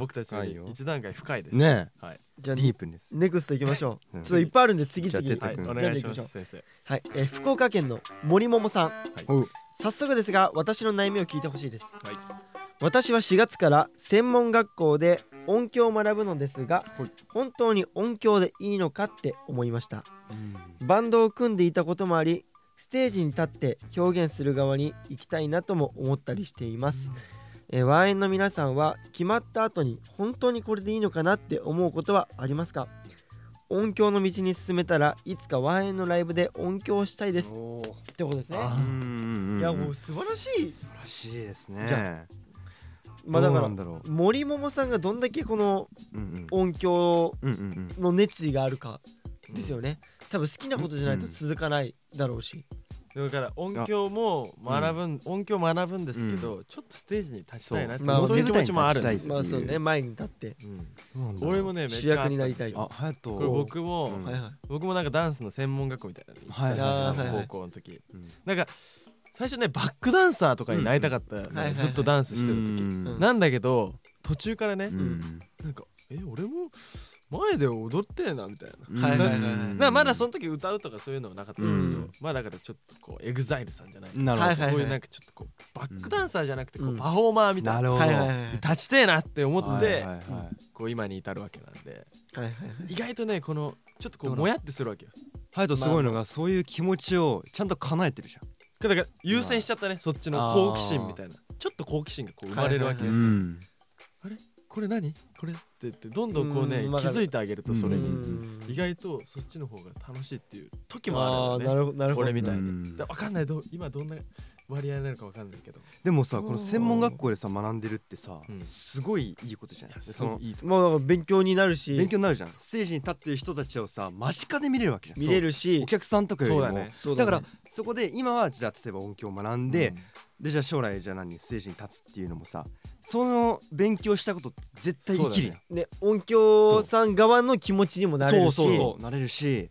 僕たちより一段階深いです
ね
はい
じゃあ
ディープです
ネクスト行きましょ
うん
う。ちょっといっぱいあるんで次々
じゃあ哲
は
太
い
君
お願いしま
じゃあ行きましょ
す
う
先生
はい、えー福岡県の森桃さん、
おう
早速ですが私の悩みを聞いてほしいです、
はい
私は4月から専門学校で音響を学ぶのですが、
はい
本当に音響でいいのかって思いましたバンドを組んでいたこともありステージに立って表現する側に行きたいなとも思ったりしています、えー、ワンエンの皆さんは決まった後に本当にこれでいいのかなって思うことはありますか音響の道に進めたらいつかワンエンのライブで音響をしたいです
おー
ってことですね
うんうんうん
いやもう素晴らしい
素晴らしいですね
じ
ゃ
まあだか
どう
ら
なんだろう
森桃さんがどんだけこの
うんうん
音響
うんうんうん
の熱意があるかですよね、多分好きなことじゃないと続かないだろうし、
だから音響も学ぶん、音響学ぶんですけど、ちょっとステージに立ちたいなって、
まあ
そういう気持ちもあるん
表舞台に
で
立
す、
ち
まあそうね前に立って
うん
そうなんだ
俺もねめっちゃ
主役になりたい
あっ
あハヤト
んですよこれ僕も、
うん
はいはい
僕もなんかダンスの専門学校みたいなのに行ってたんですけど、
はいはいはい
高校の時、
うん
なんか最初ねバックダンサーとかになりたかったのよ、
うんはいはいはい
ずっとダンスしてる時、
うん
なんだけど途中からね、
うん
なんかえ俺も前で踊ってえなみたいな、
うん
はいはいはい
うん
なんかまだその時歌うとかそういうのはなかったんだけど、
うん
まあだからちょっとこうエグザイルさんじゃない
なる
はい
ほ
はい
こういうなんかちょっとこうバックダンサーじゃなくてこ
う
うんパフォーマーみ
ど
たいな,、
なるほ
は
ど
いはいはいはい
立ちてえなって思って、
はいはいはい
こう今に至るわけなんで
はいはいはい
意外とねこのちょっとこうもやってするわけよ
ハヤトすごいのがそういう気持ちをちゃんと叶えてるじ
だから優先しちゃったねそっちの好奇心みたいなちょっと好奇心がこう生まれるわけ
ゃ
よ、
は
ん
いはい
ん
これ何これって言ってどんどんこうね、
うんわ
気
かる
づいてあげるとそれ
う
に、
ん
意外とそっちの方が楽しいっていう時も
あ
あ
あー
るんだ
な
よね
るほどなるほど
俺みたいに、
うん
だから分かんないどう今どんな割合になるか分かんないけど
でもさこの専門学校でさ学んでるってさ
うん
すごいいいことじゃない
す
そ
ご
の
くいいと
まあだから勉強になるし
勉強になるじゃんステージに立ってる人たちをさ間近で見れるわけじゃん
見れ
る
るし
お客さんとかより
そう
も
だね
そう
だか
ね
らそこで今はじゃあ例えば音響を学んで、でじゃあ将来じゃあ何ステージに立つっていうのもさその勉強したことって絶対生きるやん
ね音響さん側の気持ちにもなれるし
そうそうそうなれるし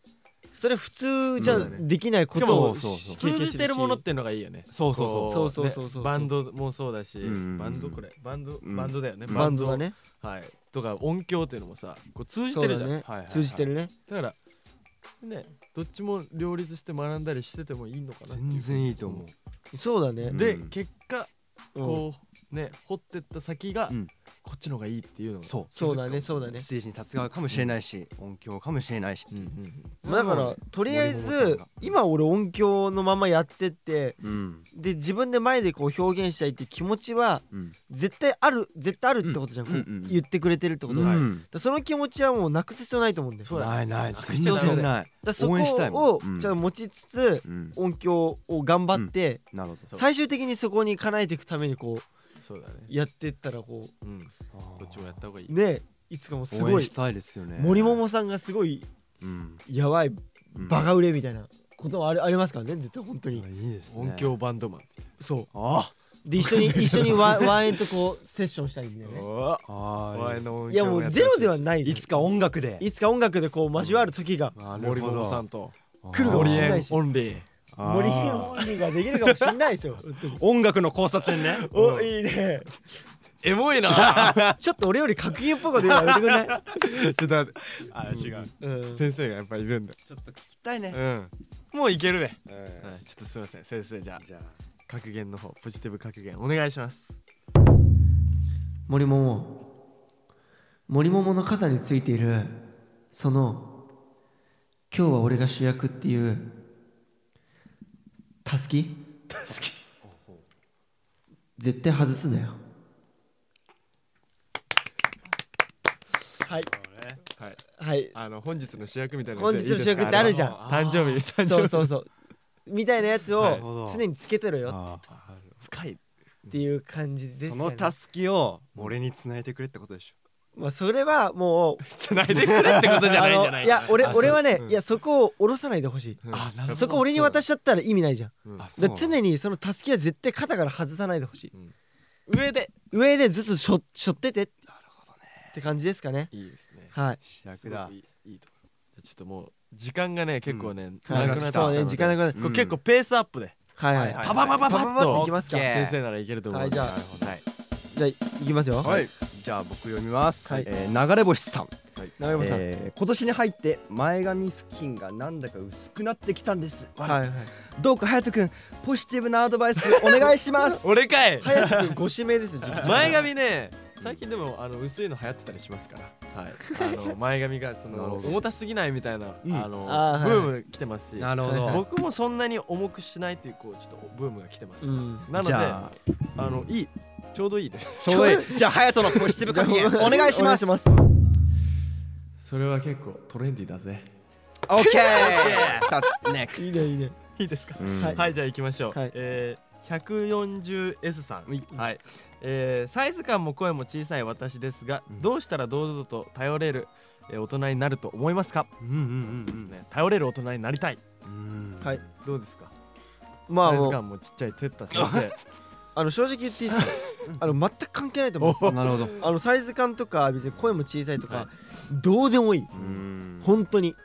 それ普通じゃ
うん
できないこ
しか
と
も
を
そう
し経
通
験
じてるものっ
して
のがいいよね
そうそう
こ
そ
そうそ
う
うそう
ね
そう
バンドもそうだし、
うんうんうん
バンドこれバンド、
うん
バンドだよね
るしバンド
は
がね
はいとか音響っていうのもさこう通じ
そう
て
だ
るじゃんだ,、
ね
はいはいはい
通じてるね
からねどっちも両立して学んだりしててもいいのかなっていう
全然いいと思う
そうだね、
で、
うん
結果
うん
こうね掘ってった先が、
うん
こっちの方がいいっていうのが
そう
そうだねそうだね
ステージに立つ側かもしれないし、音響かもしれないし、
うんうん
まあだからとりあえ
森本さん
ず
が
今俺音響のままやってって
うん
で自分で前でこう表現したいって気持ちは
うん
絶対ある絶対あるってことじゃん、
うん
こう
うんうん
言ってくれてるってことが、だからその気持ちはもうなくす必要ないと思うんだよ
そうだね
ないない
なくし
全
ちゃダメだよ
然な
だ
い、
からそこ
応援したいもん
を
うん
ちゃんと持ちつつ、
うん、
音響を頑張って、
なるほど
最終的にそこに叶えていくためにこう
そうだね
やってったらこ
うん
あー
どっちもやった方がいい、
うねいつかもうす
応
ご
援
い
したいですよね
森桃さんがすごい
うん
やばい
うん
バカ売れみたいなことはありありますからね絶対本当に
あいいですね
音響バンドマン
そ
あ
うで一 緒に一緒にワワンエンとこうセッションしたりみたいなね
お
あああ
前の音響
いやもうゼロではない
いつか音楽で
いつか音楽でこう交わる時が
な
森本さんと
来るかも
森
しれ
エ
な
ン
いし
オンリー
あー
森桃にができるかもしれないですよ
音楽の交差点ね
おいいね
エモいな
ちょっと俺より格言っぽいこと言うのやめてくれ ない、
ちょっと待ってあ違う
うん、
先生がやっぱいるんだ
ちょっと聞きたいね
もういけるべ、
うん
はい、ちょっとすいません先生じゃあ
じゃあ
格言の方ポジティブ格言お願いします
森桃森桃の肩についているその「今日は俺が主役」っていうたすき絶対外すなよはい
はい
はい
あの本日の主役みたいなやつ
本日の主役ってあるじゃん
誕生日誕
そう
生日
そうそうみたいなやつ
なる
ほ
を
ど
常につけてろよ
あ
深い
っていう感じです
ーそ
かね
のたすきを俺に繋いでくれってことでし
まあそれはもう
繋 いでくれってことじゃないんじゃ
あ
な
の
い
いや俺俺はね
うん
いやそこを下ろさないでほしい
うん
あなるほど
そこ俺に渡しちゃったら意味ないじゃん
うん
ょあ
だ
そう
から常にそのたすきは絶対肩から外さないでほしい
上で
上でずっとしょしょっててって感じですかね
いいですね
はい
主役だ
すごくいいいいところじゃあちょっともう時間がね結構ね、
は
ないくなってきた
そう
ので
ね時間なくなって
うん
これ結構ペースアップで、
はいはい
はい
パパパ
パパ
パパ
パ
ッ
ッとい
と
きますか
オッケ
は
ー
先生ならいけると思う
いじゃあ
はい
じゃあいきますよ
はい、じゃあ僕読みます、
はい
えー流れ星さん
長山さん
えー今年に入って前髪付近がなんだか薄くなってきたんです、
はいはい
どうか隼人君ポジティブなアドバイスお願いします
俺かい
早くご指名ですよ直々
前髪ね最近でもあの薄いの流行ってたりしますから、はい、あの前髪がそ
なる
の
ほど
重たすぎないみたいな、
うん
あの
あーはい
ブーム来てますし
る
ほど
僕もそんなに重くしないっていうこうちょっとブームが来てます、
うん
なので
じ
あ
ゃあ
のいいちょうどいいです
ちょうどいいじゃあ隼人のポジティブ格言お願いします
お願いし
それは結構トレンディーだぜ
オッケーさあ NEXT
いいねいいね
いいですか
はい
はいじゃあ行きましょう、
はい
えー 140S さん、はいえーサイズ感も声も小さい私ですが、
うん
どうしたら堂々と頼れる、えー大人になると思いますか、
うんうん
ですね頼れる大人になりたい
うん
はい
どうですか
まあ
サイ
も
ズ
う
感もちっちゃいテッタ先生
あの正直言っていいですかあの全く関係ない と思うんですよ
なるほど
あのサイズ感とか別に声も小さいと
は
かどうでもいい
うん
本当に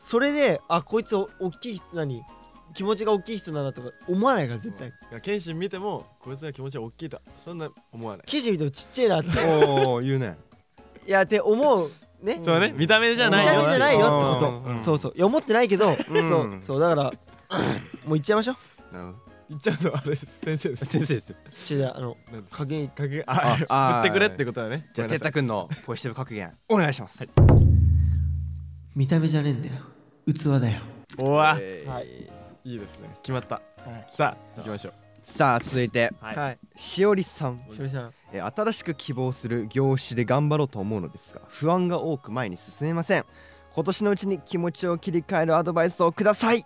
それであこいつお大きい人何気持ちが大きい人なんだとか思わないから絶対
謙信見てもこいつが気持ちが大きいとそんな思わない
記事見てもちっ ちゃいなって
おお言うね
いやって思うね
そうね見た目じゃ
見
ないよ
た目じゃないよって
うんうんう
こ
ん
とそうそういや思ってないけど
うん
そうそうだからもう行っちゃいましょう
言っちゃうのはあれです先生です先生です
ちょじゃああの加減
かけあ
あ
振ってくれってことだね
じゃあ
ご
哲
めんなさ
太
い
くんのポジティブ格言お願いします
見た目じゃねえんだよ器だよ
おわ
えー
はい
いいですね決まったさあ行きましょう
さあ続いて
は
はい
しおりさん
しおりさん
えー新しく希望する業種で頑張ろうと思うのですが不安が多く前に進めません今年のうちに気持ちを切り替えるアドバイスをください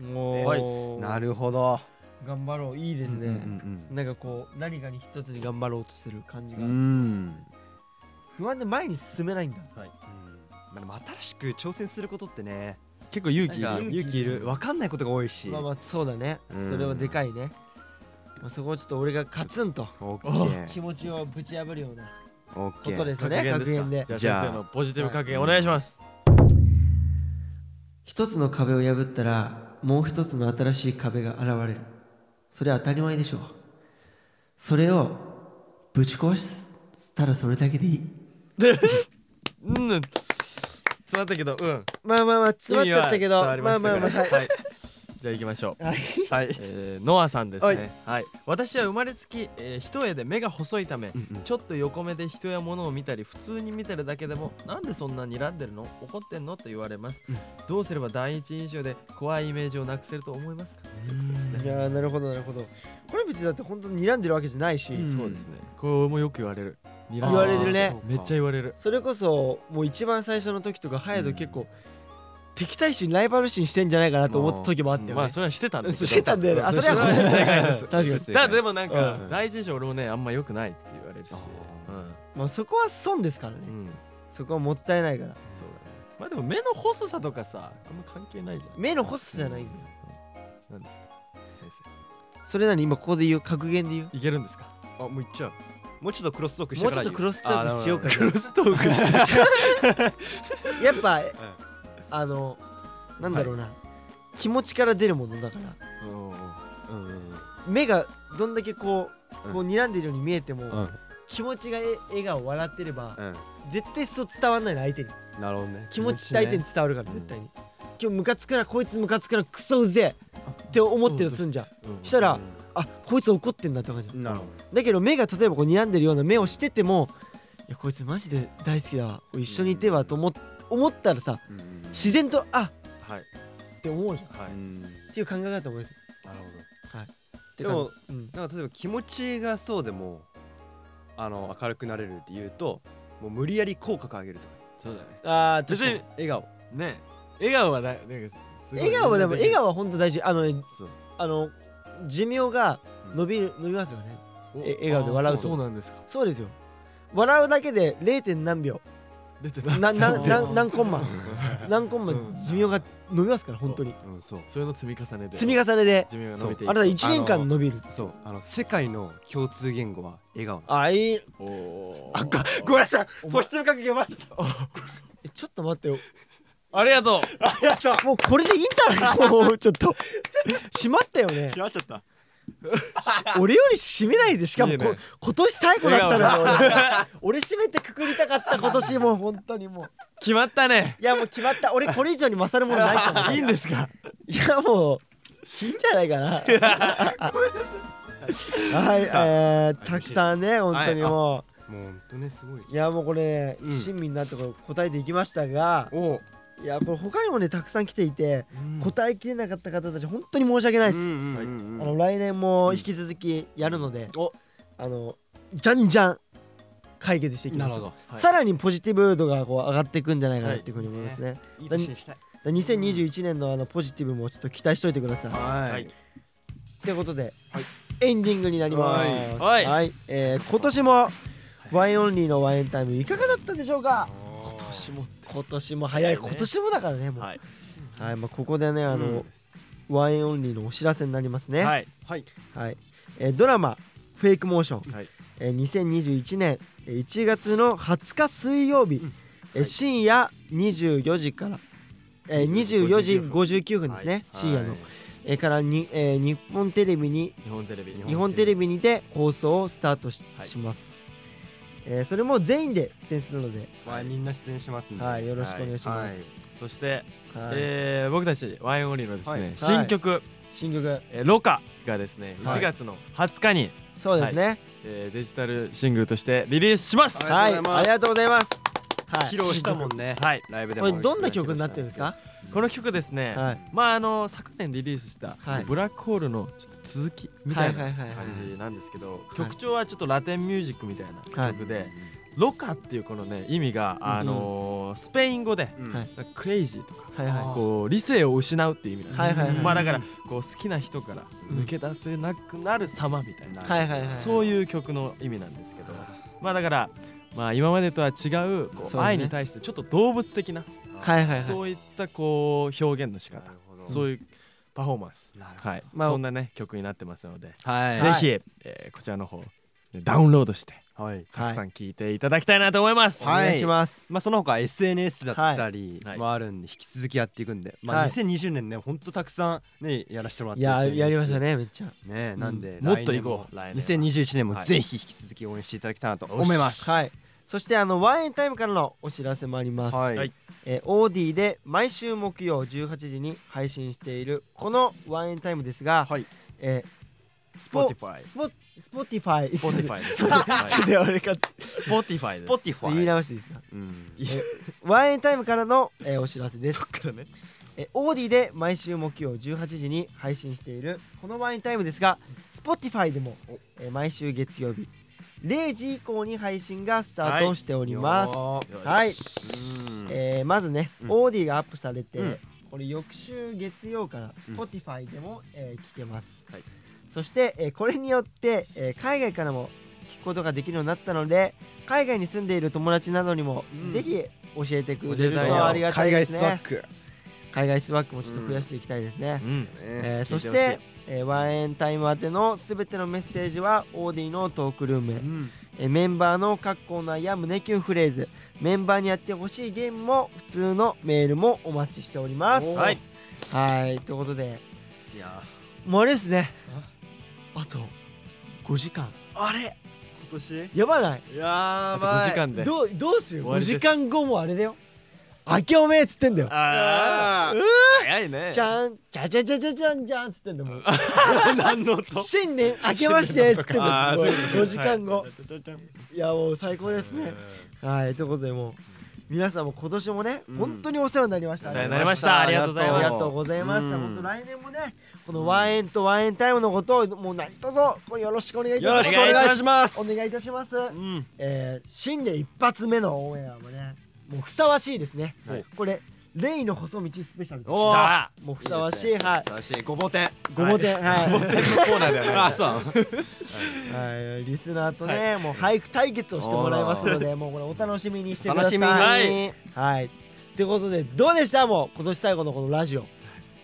もう
なるほど
頑張ろういいです
うん
ねなんかこう何かに一つに頑張ろうとする感じ
うんう
が不
ん
安で前に進めないんだ
まあでも新しく挑戦することってね
結構勇
な
気
ん
いる
か勇気いる分かんないことが多いし
まあまあそうだね
うん
それはでかいねまあそこをちょっと俺がカツンと
オッケー
気持ちをぶち破るような
オ
こ
ッケ
と
ー
ですね
格
格
言
言
で
です
かじ
じ
ゃ
ゃ
あ
あ
先生のポジティブ格言お願いします
一つの壁を破ったらもう一つの新しい壁が現れるそれは当たり前でしょうそれを ぶち壊したらそれだけでいい
うん詰まったけどうん
まあまあまあ詰まっちゃったけど
意味
まあ
は伝
まあ
わり
まあ
した
はい
けどはいじゃあ行きましょう
はい
えーノアさんです
は
ねはい私は生まれつきえー一重で目が細いためちょっと横目で人や物を見たり普通に見てるだけでもなんでそんなに睨んでるの怒ってんのと言われます
うん
どうすれば第一印象で怖いイメージをなくせると思いますかということです
い
ね
やーなるほどなるほどこれ別にだって本当に睨んでるわけじゃないし、
うん
そうですねこれもよく言われる睨んで
言われるね
そうめっちゃ言われる
それこそもう一番最初の時とかハヤト結構、敵対心ライバル心してんじゃないかなと思った時もあったよね、
まあそれはしてたんですけ ど
してたんだよねあそれは
正解 です
確かに
だからでもなんか
うん
第一印象俺もねあんま良くないって言われるし
あ
まあそこは損ですからね
うんうん
そこはもったいないから
そうだねまあでも目の細さとかさあんま関係ないじゃん
目の細さじゃないんだよ
なんですか先
それなに今ここで言う格言で言う
生いけるんですか
あもう行っちゃうもうちょっとクロストークして
もう
か
ちょ
ら
っとクロストークしようか
クロストークして
やっぱ、あのなんだろうな、気持ちから出るものだから
うんうんうん
目がどんだけこうこう睨んでるように見えても、
ん
気持ちがえ笑顔笑ってれば、
うん
絶対そう伝わんないの相手に
なるほどね
気持ちって相手に
ね
伝わるから絶対に、今日ムカつくなこいつムカつくなクソうぜえって思ってるとすんじゃん、
うん
したらあこいつ怒ってんだって感じ、
なるほど
だけど目が例えばこう睨んでるような目をしててもいやこいつマジで大好きだわ一緒にいてはと思っ思ったらさ
うんうん
自然とあ
はい
って思うじゃん
は
うんな
っていう考え方だと思います
るほど
で
でも、
うん、
なんか例えば気持ちがそうでもあの明るくなれるって言うともう無理やり口角上げるとか
そうだね
ああ確
別
かに
に
笑顔
ね笑顔はだなんかすごい
笑顔はでも
みんな
笑顔は本当大事あのね
そう
あの寿命が伸びる伸びますよねえ笑顔で笑うと
あそうなんですか
そうですよ笑うだけで 0. 何秒
出てた
な な
うん
な何コンマ何コンマ
うん
寿命が伸びますから本当に
うんそう
そういうの積み重ねで
積み重ねで
寿命が伸びてい
あなた1年間伸びる
そうあの世界の共通言語は笑顔
あいい
あ
ごめんなさい
お前
チの格言マジで
えちょっと待ってよ
ありがとう
ありがとう
もうこれでいいんじゃないもうちょっと閉まったよね
しまっちゃった
俺より閉めないでしかもこ
いいね
今年最後だったのよ 俺俺閉めてくくりたかった今年もう本当にもう
決まったね
いやもう決まった俺これ以上に勝るものないかも
いいんですか
いやもういいんじゃないか なごめんなさいはい
さあ
えー、たくさんね本当にもう、
もう本当ねすごい
い、やもうこれ、
うん
親身になってこれ答えていきましたが
おお
いやこれ他にもねたくさん来ていて、
っ
答えきれなかった方たち本当に申し訳ないです、あの来年も引き続きやるので、
お
あのじゃんじゃん解決していきま
な
す
るほどはい
さらにポジティブ度がこう上がっていくんじゃないかなっていうふうに思いますね、
いい年にしたい
だ2021年のあのポジティブもちょっと期待しといてください
は
はい
ということで、エンディングになります
はい
えー今年もワインオンリーのワインタイムいかがだったでしょうか
今年も
今年も早い今年もだからねもうは
はいい、
まあ、ここでねあの、ワインオンリーのお知らせになりますね
はい
はい
はいえードラマ「フェイクモーション」
はい
えー2021年えー1月の20日水曜日、えー深夜24時から、えー24時59分ですね、深夜の、えーからに、えー日本テレビに
日本テレビ日
日本テレビにて放送をスタートし,、ます、えーそれも全員で出演するので、
はいみんな出演しますんで
は、
はい
よろしくお願いします、はい
そして、えー僕たちワインオンリーのですね、
はい
新曲、
新曲
えーロカがですね、
はい
1月の20日に、
そうですね
えーデジタルシングルとしてリリースします
は
はい、
ありがとうござ
ありがとうござい
います
ますはい
披露したもんね
はい
ライブで
こ
も
れどんな曲になってるんですか
この曲ですね、
はい
まああの昨年リリースした、
はい
ブラックホールのちょっと続きみ
は
た
い
い
はい
な
はいはい
感じなんですけど、
い
曲調はちょっとラテンミュージックみたいな曲で、ロカっていうこのね意味があのースペイン語で
うん
はい
クレイジーとか
はいはい
こう理性を失うっていう意味なんですけど
はいはいはい
まあだからこう好きな人から抜け出せなくなる様みたいな、
はいはいはい
そういう曲の意味なんですけどまあだからまあ今までとは違うこう
そうね
愛に対してちょっと動物的な
はいはいはい
そういったこう表現の仕方そういうパフォーマンス
なるほど
はい
まあ
そんなね曲になってますので
はい
ぜひえーこちらの方ねダウンロードして
はい
たくさん聴いていただきたいなと思います
お願いします
まあ、その他 SNS だったり
はい
もあるんで引き続きやっていくんで、ま
は
あ、
い
2020年ねほんとたくさんねやらせてもらっ
い
て
や
SNS
やりましたねめっちゃ
ねなんで、
もっと行こう
来年も
来年は
2021年も
はい
ぜひ引き続き応援していただきたいなと思います、
はいそしてあのワンエンタイムからのお知らせもあります、
はい、
はい
えー、オーディで毎週木曜18時に配信しているこのワンエンタイムですが、
はい
えー、スポ
Spotify
スポスポティファイ
スポ ティファイです。
ちょっと俺か
スポティ ファイです。
ポティフ
言い
ァイ、
直していいですか
うん、
ワンエンタイムからの、えーお知らせです
からね。
えオーディで毎週木曜18時に配信しているこのワインタイムですが Spotify でも、え毎週月曜日0時以降に配信がスタートしております、はい
よーうん
えーまずね、
うん
オーディがアップされて、
うん
これ翌週月曜から
うん
Spotify でも、えー聞けます、
はい
そして、えーこれによって、えー海外からも聞くことができるようになったので海外に住んでいる友達などにも、
うん
ぜひ教えてく
教
れ
えて
る
くれ
とありがた
海
いで
外
す
ス
ね
ワック、
海外スワックもちょっと増やしていきたいですね、
うん。
ね
えーそし
聞いて
て、えーワンエンタイム宛てのすべてのメッセージはオーディのトークルームへ、
うん
えーメンバーの各コーナーや胸キュンフレーズメンバーにやってほしいゲームも普通のメールもお待ちしております
おー
はいはいということで
いや
もうあれですねあと5時間
あれ今年
やばない
や
あと
ばい
5時間で。
どうどうする
終わ
5
りです
時間後もあれだよ明けおめえっつってんだよ
あー
早いね。
じゃんじゃじゃじゃじゃじゃんじゃんっつってんだもん
何の音
新年明けましてっつってんだ
あー
も
そうういうこと
5時間後、
はい
いやもう最高ですね。はいということでもう皆さんも今年もね、
うん
本当にお世話になりました。
お世話になりました。ありがとうござい
あり
ま
が
す。
とうございます。
うん
本当来年もねこのワンエンとワンエンタイムのことをもう何卒よろしくお願いい
よろ
た
し
し
く
ま
お
す。
願いします
お願いいたします。
うん
えー、新年一発目のオンエアもねもうふさわしいですね。
はい
これレイの細道スペシャルです。
お
も
ー
さあ
うふさわしい
いいですね
はい。
楽しいごぼてん
ごぼてんはい。
コーナーだよね。
あそうなの
はい、リスナーとね、もう俳句対決をしてもらいますので、もうこれお楽しみにしてください。
楽しみに
はい。はい。ってことで、どうでしたもう今年最後のこのラジオ。
い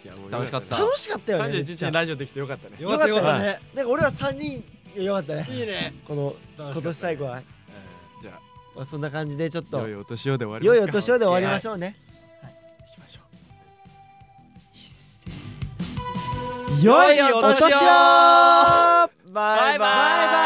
やもう
楽しかった
楽しかったよね。
31
めっ
日
ちゃ
にラジオできてよかったね。
よかったよかった
よ
ね。なんか俺ら三人よかったね。
いいね
この
楽しかったね
今年最後は、
えーじゃ
まあそんな感じでちょっ
あ
と
良いお年をで終わり
良
ま
い
すか。
お年をで終わりましょうね。
行きましょう。
良いお年を。
バイバイ。